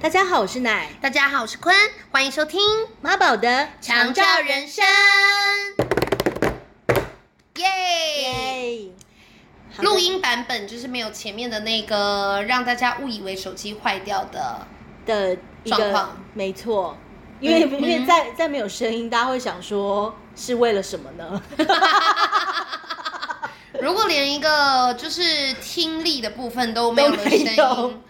大家好，我是奶大家好，我是坤，欢迎收听《妈宝的长照人生》。耶！耶。好的录音版本就是没有前面的那个让大家误以为手机坏掉 的。的一状个况，没错，因为、嗯因为嗯再再没有声音，大家会想说是为了什么呢？ 如果连一个就是听力的部分都没有都了没声有音，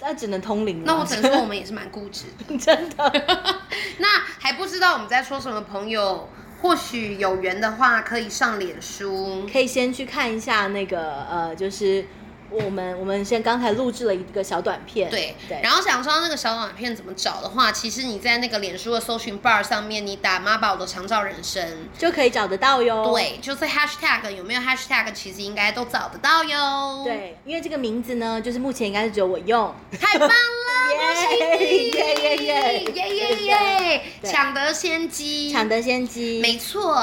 那只能通灵了。那我只能说我们也是蛮固执 的。真的，那还不知道我们在说什么，朋友，或许有缘的话可以上脸书。可以先去看一下那个呃，就是我们我们先刚才录制了一个小短片，对，对，然后想知道那个小短片怎么找的话，其实你在那个脸书的搜寻 bar 上面，你打妈宝的长照人生，就可以找得到哟。对，就是 hashtag 有没有 hashtag，其实应该都找得到哟。，对，因为这个名字呢，就是目前应该是只有我用，太棒了，恭喜你！ 耶耶耶耶耶耶！对抢得先机，抢得先机，没错。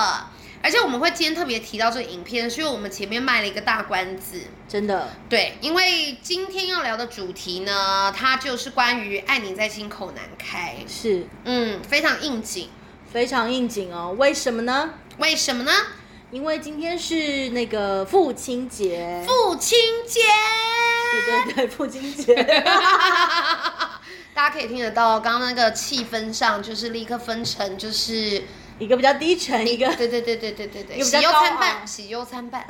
而且我们会今天特别提到这个影片，是因为我们前面卖了一个大关子。真的，对，因为今天要聊的主题呢，它就是关于“爱你在心口难开是”，嗯，非常应景。非常应景哦。为什么呢？为什么呢？因为今天是那个父亲节，父亲节， 对对对，父亲节，大家可以听得到，刚刚那个气氛上就是立刻分成，就是一个比较低沉，一个 对对对对对对对，一个比喜较忧高参傲半，喜忧参 半。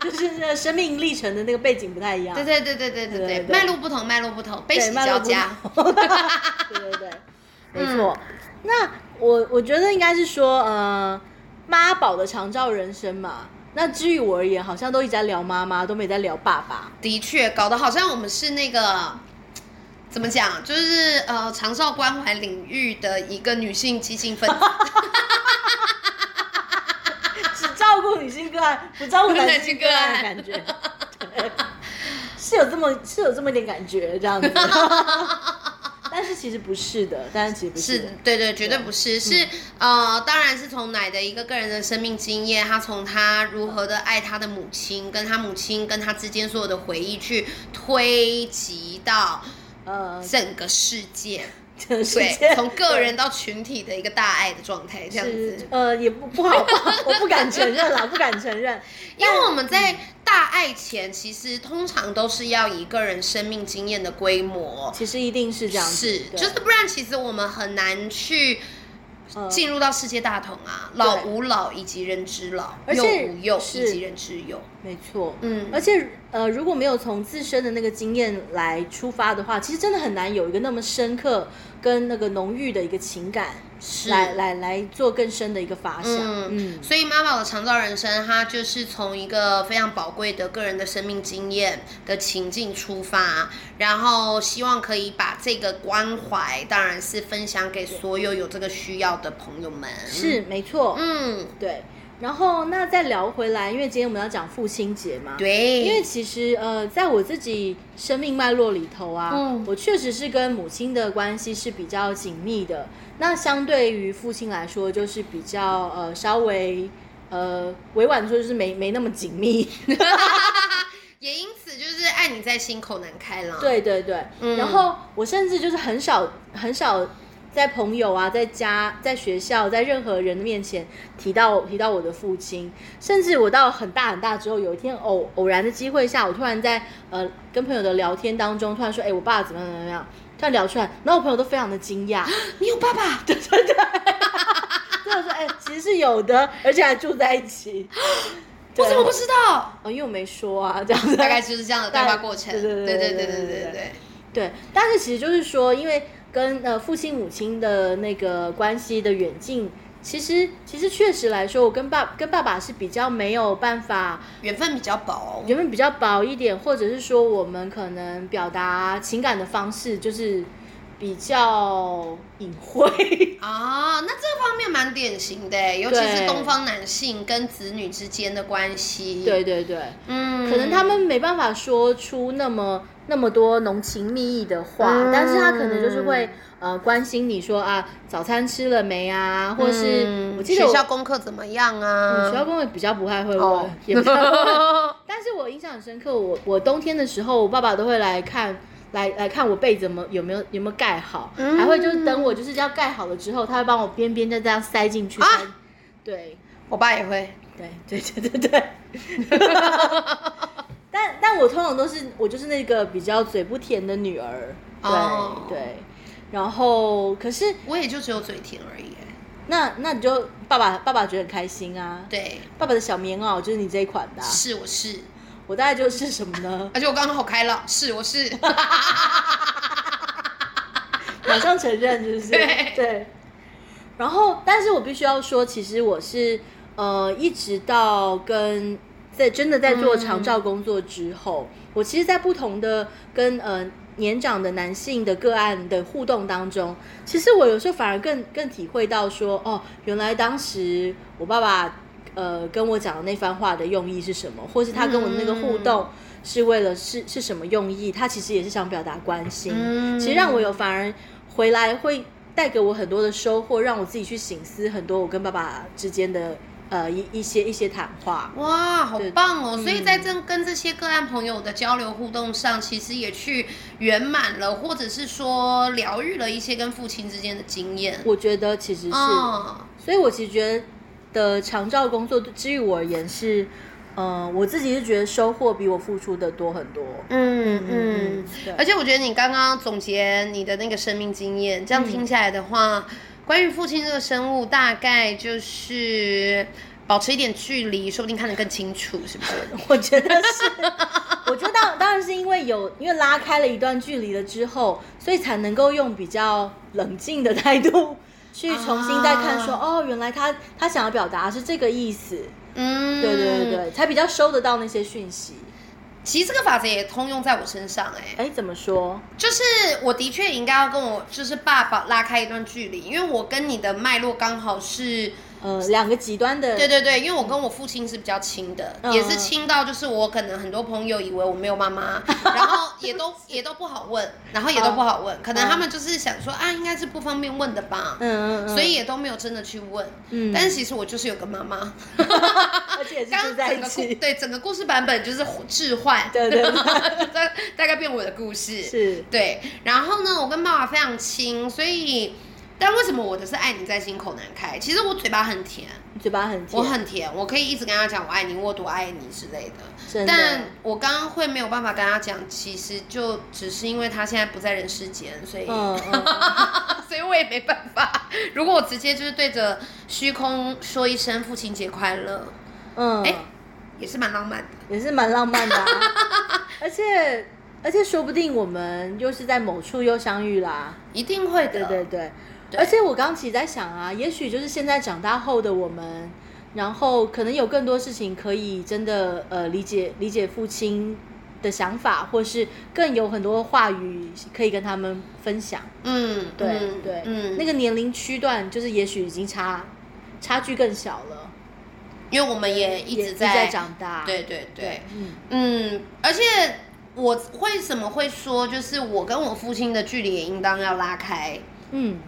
就是那个生命历程的那个背景不太一样。对对对对对对对对对，对脉络不同，脉络不同，悲对喜脉络交不加。 嗯对对对，没错。那我我觉得应该是说，呃，妈宝的长照人生嘛。那至于我而言，好像都一直在聊妈妈，都没在聊爸爸。的确，搞得好像我们是那个怎么讲，就是呃长照关怀领域的一个女性激进分子，只照顾女性个案，不照顾男性个案的感觉，对是有这么是有这么一点感觉这样 子，但是其实不是的，但是其实不是的是对对，绝对不是，是呃，当然是从奶的一个个人的生命经验，他从他如何的爱他的母亲，跟他母亲跟他之间所有的回忆去推及到呃，整个世 界，这 个世界对，从个人到群体的一个大爱的状态，这样子是。呃也不不好，不好我不敢承认啦，不敢承认，因为我们在大爱前，其实通常都是要以个人生命经验的规模，其实一定是这样子，是，对就是不然，其实我们很难去呃进入到世界大同啊，老吾老以及人之老，而幼且吾幼是以及人之幼。没错。嗯，而且，呃，如果没有从自身的那个经验来出发的话，其实真的很难有一个那么深刻跟那个浓郁的一个情感，是来来来做更深的一个发想。嗯嗯，所以妈宝的长照人生，它就是从一个非常宝贵的个人的生命经验的情境出发，然后希望可以把这个关怀，当然是分享给所有有这个需要的朋友们。，是没错，嗯，对。然后那再聊回来，因为今天我们要讲父亲节嘛，。对，因为其实呃，在我自己生命脉络里头啊，嗯我确实是跟母亲的关系是比较紧密的。那相对于父亲来说，就是比较呃稍微呃委婉地说，就是没没那么紧密。也因此就是爱你在心口难开了。，对对对，嗯然后我甚至就是很少很少在朋友啊，在家、在学校、在任何人的面前提到提到我的父亲，甚至我到很大很大之后，有一天偶偶然的机会下，我突然在呃跟朋友的聊天当中，突然说，哎、我爸怎么样怎么样，突然聊出来，然后我朋友都非常的惊 讶，你有爸爸， 对我说，哎、其实是有的，而且还住在一起，我怎么不对？知道？哦，因为我没说啊，这样子大概就是这样的对话过程。对对对对对对对对对对对对对对，但是其实就是说，因为跟呃父亲母亲的那个关系的远近，其实其实确实来说，我跟爸跟爸爸是比较没有办法，缘分比较薄。缘分比较薄一点，或者是说我们可能表达情感的方式就是比较隐晦。 啊、那这方面蛮典型的，欸尤其对是东方男性跟子女之间的关系。，对对对，嗯，可能他们没办法说出那么那么多浓情蜜意的话，嗯但是他可能就是会呃关心你说啊早餐吃了没啊，或是、嗯我记得我学校功课怎么样啊？嗯学校工会比较不太会问，哦 也不太会问。但是我印象很深刻，我我冬天的时候，我爸爸都会来看来来看我被子有没有有没有有没有盖好，嗯还会就是等我就是要盖好了之后，他会帮我边边就这样塞进去。啊塞对 我爸也会，对对对对对。 但但我通常都是我就是那个比较嘴不甜的女儿，对、哦对。然后可是我也就只有嘴甜而已耶。欸那那你就爸爸爸爸觉得很开心啊，对，爸爸的小棉袄就是你这一款的啊、是我是，我大概就是什么呢？而且我刚刚好开朗，是 我是，马上承认，是不是？对然后，但是我必须要说，其实我是呃，一直到跟在真的在做嗯长照工作之后，我其实，在不同的跟呃年长的男性的个案的互动当中，其实我有时候反而更更体会到说，哦，原来当时我爸爸呃跟我讲的那番话的用意是什么，或是他跟我的那个嗯互动。是为了是是什么用意？他其实也是想表达关心，嗯其实让我有反而回来会带给我很多的收获，让我自己去醒思很多我跟爸爸之间的呃一一些一些谈话。哇，好对棒哦！所以在嗯这跟这些个案朋友的交流互动上，其实也去圆满了，或者是说疗愈了一些跟父亲之间的经验。我觉得其实是，哦，所以我其实觉得长照工作之于我而言是，呃，我自己是觉得收获比我付出的多很多。 嗯嗯对而且我觉得你刚刚总结你的那个生命经验，这样听下来的话，嗯关于父亲这个生物，大概就是保持一点距离，说不定看得更清楚，是不是？我觉得是，我觉得当当然是因为有，因为拉开了一段距离了之后，所以才能够用比较冷静的态度 去重新再看说，哦，原来他他想要表达是这个意思，嗯，对对对对，才比较收得到那些讯息。其实这个法则也通用在我身上、哎。哎，怎么说？就是我的确应该要跟我就是爸爸拉开一段距离，因为我跟你的脉络刚好是，呃，两个极端的，对对对，因为我跟我父亲是比较亲的，嗯也是亲到就是我可能很多朋友以为我没有妈 妈，然后也都也都不好问，然后也都不嗯好问，可能他们就是想说啊，应该是不方便问的吧，嗯嗯嗯，所以也都没有真的去问。嗯，但是其实我就是有个妈妈，而且也是刚住刚在整一个故起，对整个故事版本就是置换，对对对 就大大概变我的故事，是，对，然后呢，我跟爸爸非常亲，所以，但为什么我的是爱你在心口难开？其实我嘴巴很甜，嘴巴很甜，我很甜，我可以一直跟他讲我爱你，我多爱你之类的。真的但我刚刚会没有办法跟他讲，其实就只是因为他现在不在人世间，所以，嗯嗯嗯 所以我也没办法。如果我直接就是对着虚空说一声父亲节快乐，嗯， 哎也是蛮浪漫的。也是蛮浪漫的、啊， 而且而且说不定我们又是在某处又相遇啦。一定会的，对对对，对而且我刚其实在想啊，也许就是现在长大后的我们，然后可能有更多事情可以真的呃理解理解父亲的想法，或是更有很多话语可以跟他们分享。嗯，对、嗯对，嗯，那个年龄区段就是也许已经差差距更小了，因为我们也一也直在长大。对对对，嗯嗯，而且我为什么会说，就是我跟我父亲的距离也应当要拉开，嗯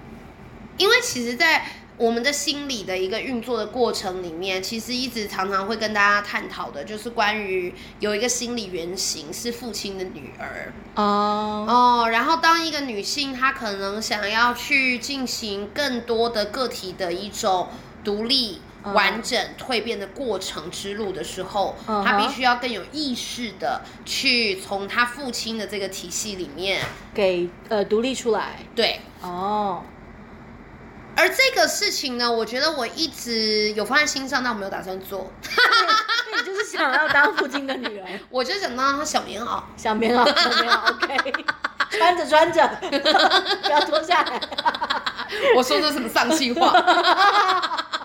因为其实，在我们的心理的一个运作的过程里面，其实一直常常会跟大家探讨的，就是关于有一个心理原型是父亲的女儿哦哦。然后，当一个女性她可能想要去进行更多的个体的一种独立、嗯完整、蜕变的过程之路的时候，嗯哼她必须要更有意识的去从她父亲的这个体系里面，给呃独立出来对， 哦，而这个事情呢，我觉得我一直有放在心上，但我没有打算做。 那你就是想要当父亲的女儿，我就想到他小棉袄， 小棉袄，小棉袄，OK，穿着穿 着，不要脱下来，我说的什么丧气话？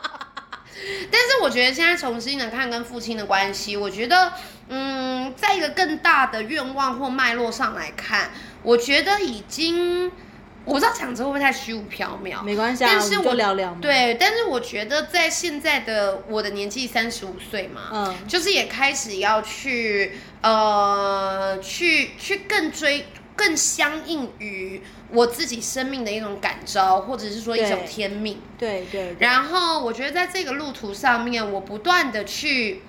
但是我觉得现在重新的看跟父亲的关系，我觉得，嗯，在一个更大的愿望或脉络上来看，我觉得已经，我不知道讲这会不会太虚无缥缈，没关系啊，但我是我们就聊聊嘛，，对，但是我觉得在现在的我的年纪三十五岁嘛，嗯就是也开始要去呃去去更追更相应于我自己生命的一种感召，或者是说一种对天命。对对，对然后我觉得在这个路途上面，我不断的去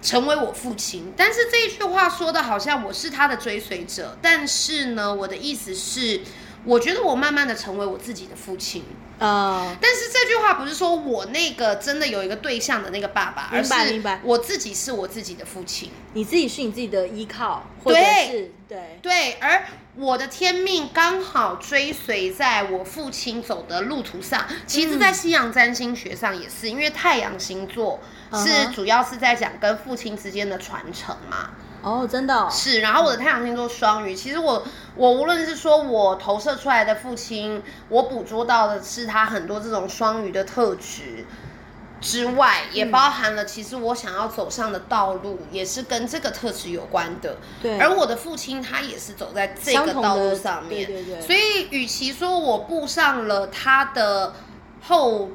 成为我父亲。但是这一句话说的好像我是他的追随者，但是呢，我的意思是，我觉得我慢慢的成为我自己的父亲。啊、但是这句话不是说我那个真的有一个对象的那个爸爸，而明白是明白我自己是我自己的父亲。你自己是你自己的依靠，或者对是对，对，而我的天命刚好追随在我父亲走的路途上。其实，在西洋占星学上也是，因为太阳星座嗯是哼主要是在讲跟父亲之间的传承嘛。哦，真的、哦，是，然后我的太阳星座双鱼，其实我我无论是说我投射出来的父亲，我捕捉到的是他很多这种双鱼的特质。之外，也包含了其实我想要走上的道路，也是跟这个特质有关的。对，而我的父亲他也是走在这相个同道的路上面，对对对所以与其说我步上了他的后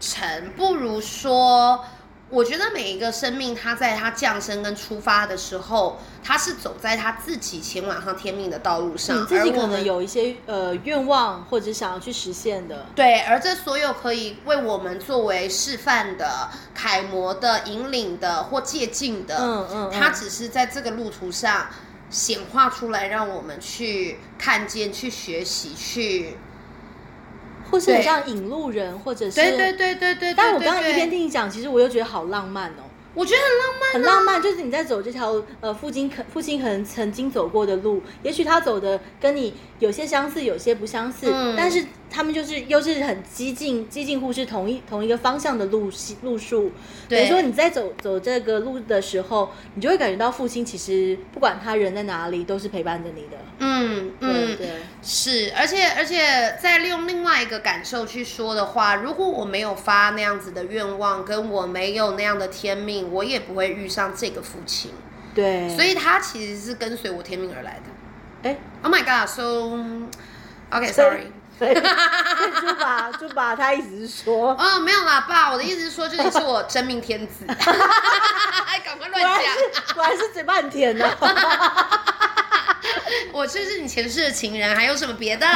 尘，不如说。我觉得每一个生命，他在他降生跟出发的时候，他是走在他自己前往上天命的道路上。你自己而我可能们有一些呃愿望或者想要去实现的，对，而这所有可以为我们作为示范的、楷模的、引领的或借鉴的，嗯嗯嗯它只是在这个路途上显化出来，让我们去看见、去学习、去。或是很对像引路人，或者是对对对对对。但我对刚刚一对边听你讲，其实我又觉得好浪漫哦，我觉得很浪漫。很浪漫。就是你在走这条呃父亲可父亲可能曾经走过的路，也许他走的跟你有些相似，有些不相似，嗯但是他们就是又是很激进、激进，或是同一同一个方向的路系路数。对等于说你在走走这个路的时候，你就会感觉到父亲其实不管他人在哪里，都是陪伴着你的。嗯对嗯，对，是，而且而且再利用另外一个感受去说的话，如果我没有发那样子的愿望，跟我没有那样的天命，我也不会遇上这个父亲。对，所以它其实是跟随我天命而来的。哎， Oh my god! So, OK, sorry. 所以所以猪爸猪爸他一直是说，哦，没有啦，爸，我的意思是说，就你是我真命天子， 赶快果然乱讲，是果然是嘴巴很甜哦的、我就是你前世的情人，还有什么别的？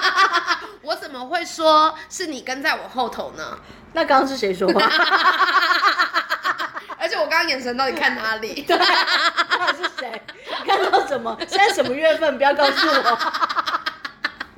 我怎么会说是你跟在我后头呢？那刚刚是谁说话？而且我刚刚眼神到底看哪里？ 到底是谁？看到什么？现在什么月份？不要告诉我。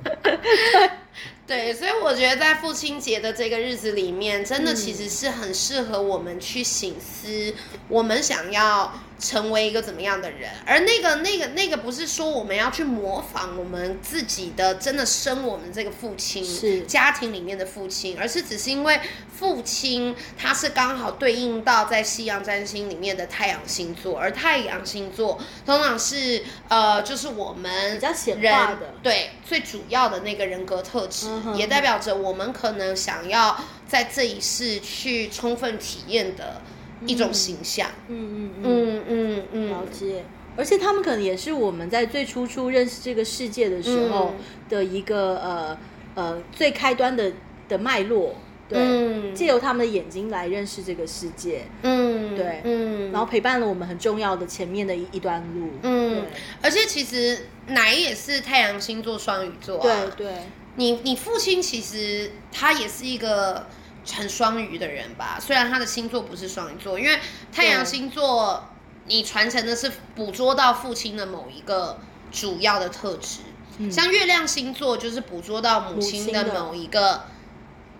对，所以我觉得在父亲节的这个日子里面，真的其实是很适合我们去醒思，我们想要成为一个怎么样的人。而那个、那个、那个，不是说我们要去模仿我们自己的，真的生我们这个父亲是家庭里面的父亲，而是只是因为父亲他是刚好对应到在西洋占星里面的太阳星座，而太阳星座通常是呃，就是我们比较显人化的对最主要的那个人格特质，嗯哼也代表着我们可能想要在这一世去充分体验的一种形象。嗯嗯嗯，嗯嗯了嗯，解。而且他们可能也是我们在最初初认识这个世界的时候嗯的一个、呃呃最开端的的脉络。对，嗯借、由他们的眼睛来认识这个世界，嗯对嗯，然后陪伴了我们很重要的前面的一一段路。嗯对，而且其实奶也是太阳星座双鱼座、啊，对对，你你父亲其实他也是一个很双鱼的人吧，虽然他的星座不是双鱼座，因为太阳星座你传承的是捕捉到父亲的某一个主要的特质，嗯像月亮星座就是捕捉到母亲母亲的的某一个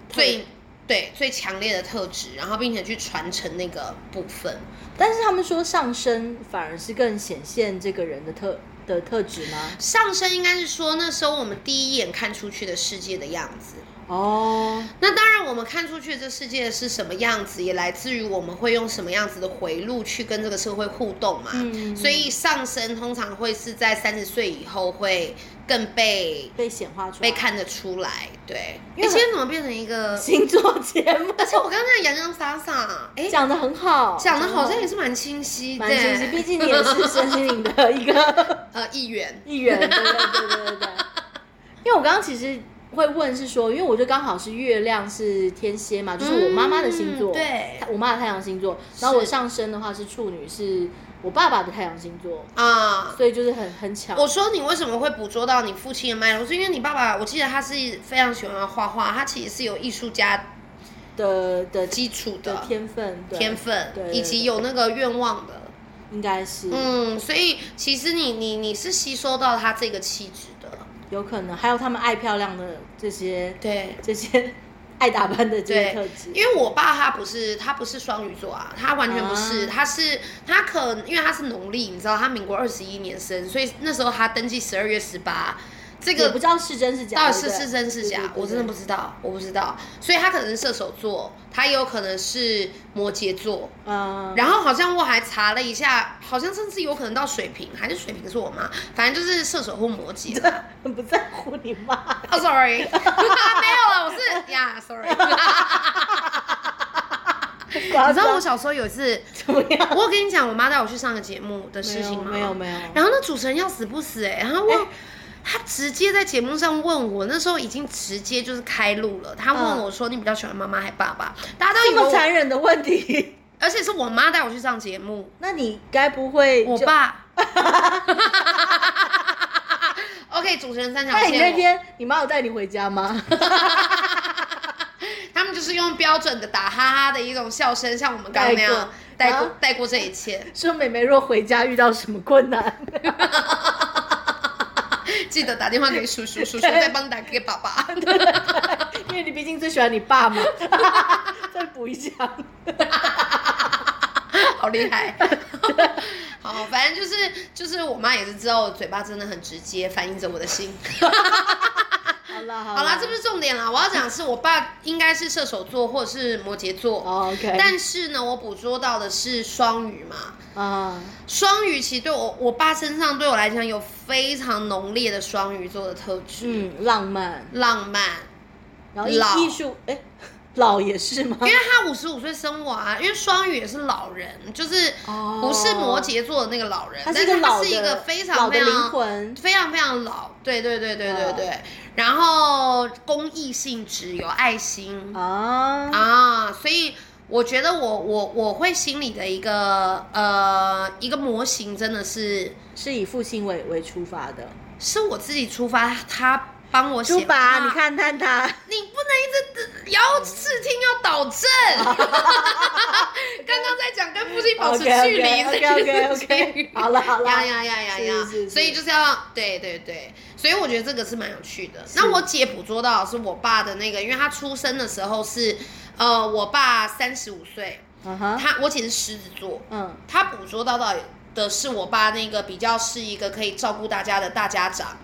最对对最强烈的特质，然后并且去传承那个部分。但是他们说上升反而是更显现这个人的特的特质吗？上升应该是说那时候我们第一眼看出去的世界的样子，哦，那当然，我们看出去这世界是什么样子，也来自于我们会用什么样子的回路去跟这个社会互动嘛。嗯所以上升通常会是在三十岁以后会更被被显化出来，被看得出来。对，因为因为今天怎么变成一个？星座节目而且我刚才洋洋洒洒，哎、讲的很好，讲的好像也是蛮清晰的，蛮清晰，毕竟你也是身心灵的一个呃议员。一 员，对对对对对。因为我刚刚其实会问是说，因为我就刚好是月亮是天蝎嘛，就是我妈妈的星座，嗯对我妈的太阳星座，然后是我上升的话是处女，是我爸爸的太阳星座，啊，所以就是很很巧。我说你为什么会捕捉到你父亲的脉络？是因为你爸爸，我记得他是非常喜欢画画，他其实是有艺术家的的基础的的天分，对天分对，对以及有那个愿望的。应该是、嗯，所以其实你你你是吸收到他这个气质的，有可能，还有他们爱漂亮的这些对。这些 爱打扮的这些对特质，，因为我爸他不是他不是双鱼座啊，他完全不是，啊他是他可因为他是农历，你知道他民国二十一年生，所以那时候他登记十二月十八，这也个不知道是真是假，到对底是不对是真是对假对，对我真的不知道，我不知道，所以他可能是射手座，他也有可能是摩羯座，嗯， 然后好像我还查了一下，好像甚至有可能到水瓶，还是水瓶座嘛，反正就是射手或 摩羯啦。很不在乎你妈，哦、s o r r y 没有了，我是呀、s o r r y 你知你知道我小时候有一次，怎么样？我有跟你讲我妈带我去上个节目的事情吗？没有没有没有然后那主持人要死不死哎、欸，然后问、他直接在节目上问我，那时候已经直接就是开录了，他问嗯我说你比较喜欢妈妈还爸爸？大家都这以为么我，残忍的问题，而且是我妈带我去上节目，那你该不会我就？爸。OK，主持人三角哎那你那线我，哦天你妈有带你回家吗？ 他们就是用标准的打哈哈的一种笑声，像我们刚刚那样带带过过啊带过这一切。说妹妹若回家遇到什么困难， 记得打电话给叔叔，叔叔再帮你打给 爸爸。因为你毕竟最喜欢你爸嘛， 再补一下。好厉害！好，反正就是就是我妈也是知道我嘴巴真的很直接，反映着我的心。好啦好好啦，这不是重点啦，我要讲的是我爸应该是射手座或者是摩羯座，哦 OK，但是呢，我捕捉到的是双鱼嘛。啊，双鱼其实对我我爸身上对我来讲有非常浓烈的双鱼座的特质，嗯，浪漫，浪漫。然后老艺艺术，哎，老也是吗？因为他五十五岁生我啊，因为双鱼也是老人，就是哦不是摩羯座的那个老人，他但一个他老的，是一个非老常的非灵常魂，哦非常非常老，对对对对对对。然后公益性质有爱心啊，啊，所以我觉得我我我会心里的一个呃一个模型真的是是以父亲为为出发的。是我自己出发，他帮哦我写。猪爸，啊你，看看他，你不能一直要视听要导 正。刚刚在讲跟父亲保持距离这 OK 件事情。 OK OK，好了好了，呀呀呀呀呀是是！是所以就是要对对对，所以我觉得这个是蛮有趣的。那我姐捕捉到的是我爸的那个，因为他出生的时候是，呃，我爸三十五岁，嗯哼，他我姐是狮子座，嗯他捕捉到到的是我爸那个比较是一个可以照顾大家的大家长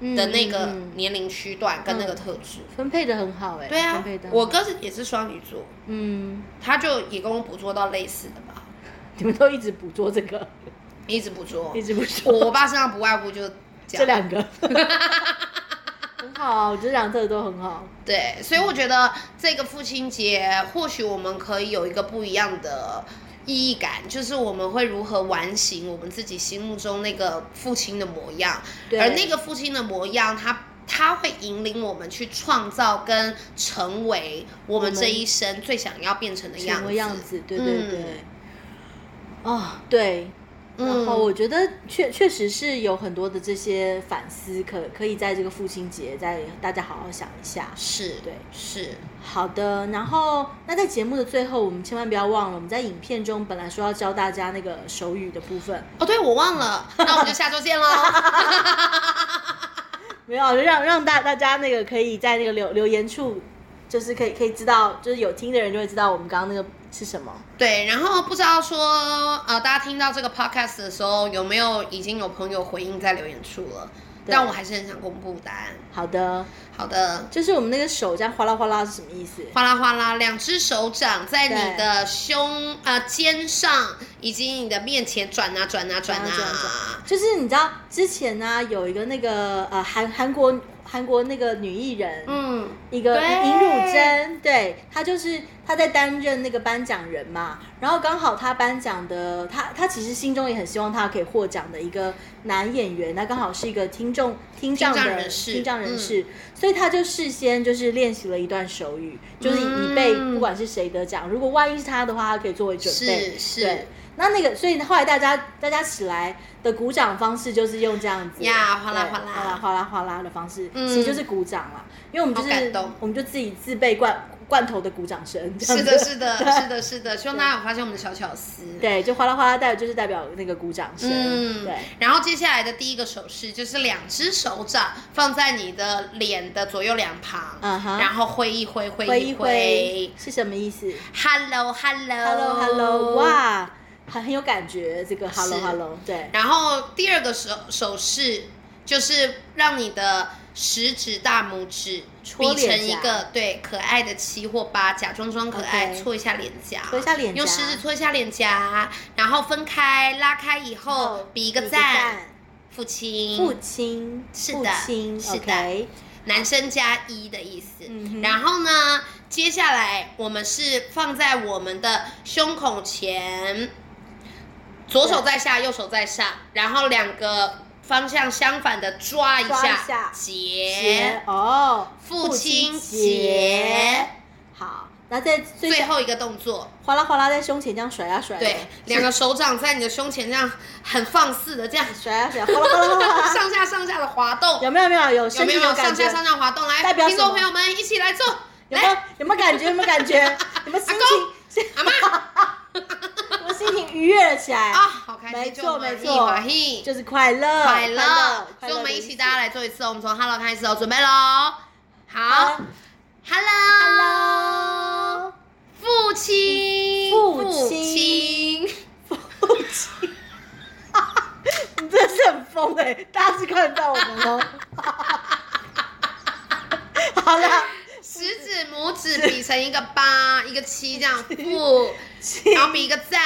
嗯的那个嗯嗯嗯年龄区段跟那个特质。分配的很好哎，对啊分配得，很好我哥是也是双鱼座，嗯，他就也跟我捕捉到类似的吧，你们都一直捕捉这个，一直捕捉一。直捕捉我我爸身上不外乎就这这样。两个， 很好啊，我觉得两个都很好。对，所以我觉得这个父亲节，或许我们可以有一个不一样的意义感，就是我们会如何完形我们自己心目中那个父亲的模样，对而那个父亲的模样，他。他会引领我们去创造跟成为我们这一生最想要变成的样什么子。样子？对对嗯对。哦，对。然嗯后我觉得确确实是有很多的这些反思可，可以在这个父亲节，在大家好好想一下。是，对是，好的，然后那在节目的最后，我们千万不要忘了，我们在影片中本来说要教大家那个手语的部分，哦，对，我忘了，那我们就下周见喽。 没有，就让让大大家那个可以在那个留留言处，就是可以可以知道，就是有听的人就会知道我们刚刚那个是什么。对，然后不知道说，呃，大家听到这个 podcast 的时候，有没有已经有朋友回应在留言处了？对但我还是很想公布答案。好的，好的，就是我们那个手这样哗啦哗啦是什么意思？哗啦哗啦，两只手掌在对你的胸呃肩上以及你的面前转啊转啊转转啊啊，就是你知道之前呢、有一个那个呃韩韩国韩国那个女艺人，嗯， 一个对尹汝贞，对她就是她在担任那个颁奖人嘛，然后刚好她颁奖的，她她其实心中也很希望她可以获奖的一个男演员，那刚好是一个听众听障的听障人士嗯听障人士，所以她就事先就是练习了一段手语，就是以嗯以备不管是谁得奖，如果万一是她的话，她可以作为准备是。是对，那那个，所以后来大家大家起来的鼓掌方式就是用这样子呀哗啦对哗啦哗啦哗啦哗啦的方式，嗯其实就是鼓掌啦。因为我们就好感是动我们就自己自备罐罐头的鼓掌声。这样是子的，是的，是的，是的，希望大家有发现我们的小巧思。对，就哗啦哗啦代就是代表那个鼓掌声。嗯对，然后接下来的第一个手势就是两只手掌放在你的脸的左右两旁，嗯哼然后挥一挥，挥挥一一挥挥是什么意思 Hello，Hello，Hello， ？Hello Hello，！哇，很很有感觉，这个 Hello Hello，对，然后第二个手手势就是让你的食指、大拇指戳比成脸一颊个对可爱的七或八，假装装可爱， OK 搓一下脸颊，搓一下脸颊用食指搓一下脸颊，然后分开拉开以后比一个赞，，父亲，父亲，是父的亲是的，OK，男生加一的意思。嗯哼然后呢，接下来我们是放在我们的胸口前，左手在下，右手在上，然后两个方向相反的抓一抓一下下结节，哦，父亲节节，好，那在最最后一个动作，哗啦哗啦在胸前这样甩啊甩啊，对，两个手掌在你的胸前这样很放肆的这 样甩啊甩啊，哗啦哗啦哗啦哗啦，上下上下的滑动，有没有没有有有身没体有感上觉下？上下滑动？来，代表听众什么朋友们一起来做，有没 有来，有没有感觉？有没有感觉？ 有没有心情？ 阿妈我心情愉悦了起来啊，好开心，没就错满没意错满意就是快乐，快乐乐，，所以我们一起大家来。来做一次哦，我们从 Hello 开始哦，准备喽，好好，Hello，父亲，父亲父亲父亲， 你真的是很疯哎、大家是看得到我们 哦。好了，食指、拇指比成一个 八，一个七这样，父，亲然后比一个赞。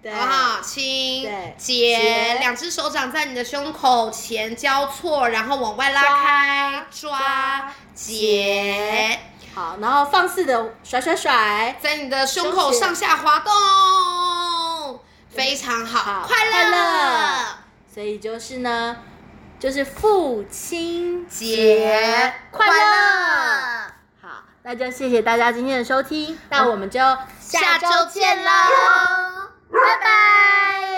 对好不好？亲对，姐结，两只手掌在你的胸口前交错，然后往外拉开，抓抓，结，好，然后放肆的甩甩甩，在你的胸口胸前上下滑动，非常好，好快快乐乐所以就是呢，就是父亲节快乐。。好，那就谢谢大家今天的收听，那我们就下周见喽，拜拜。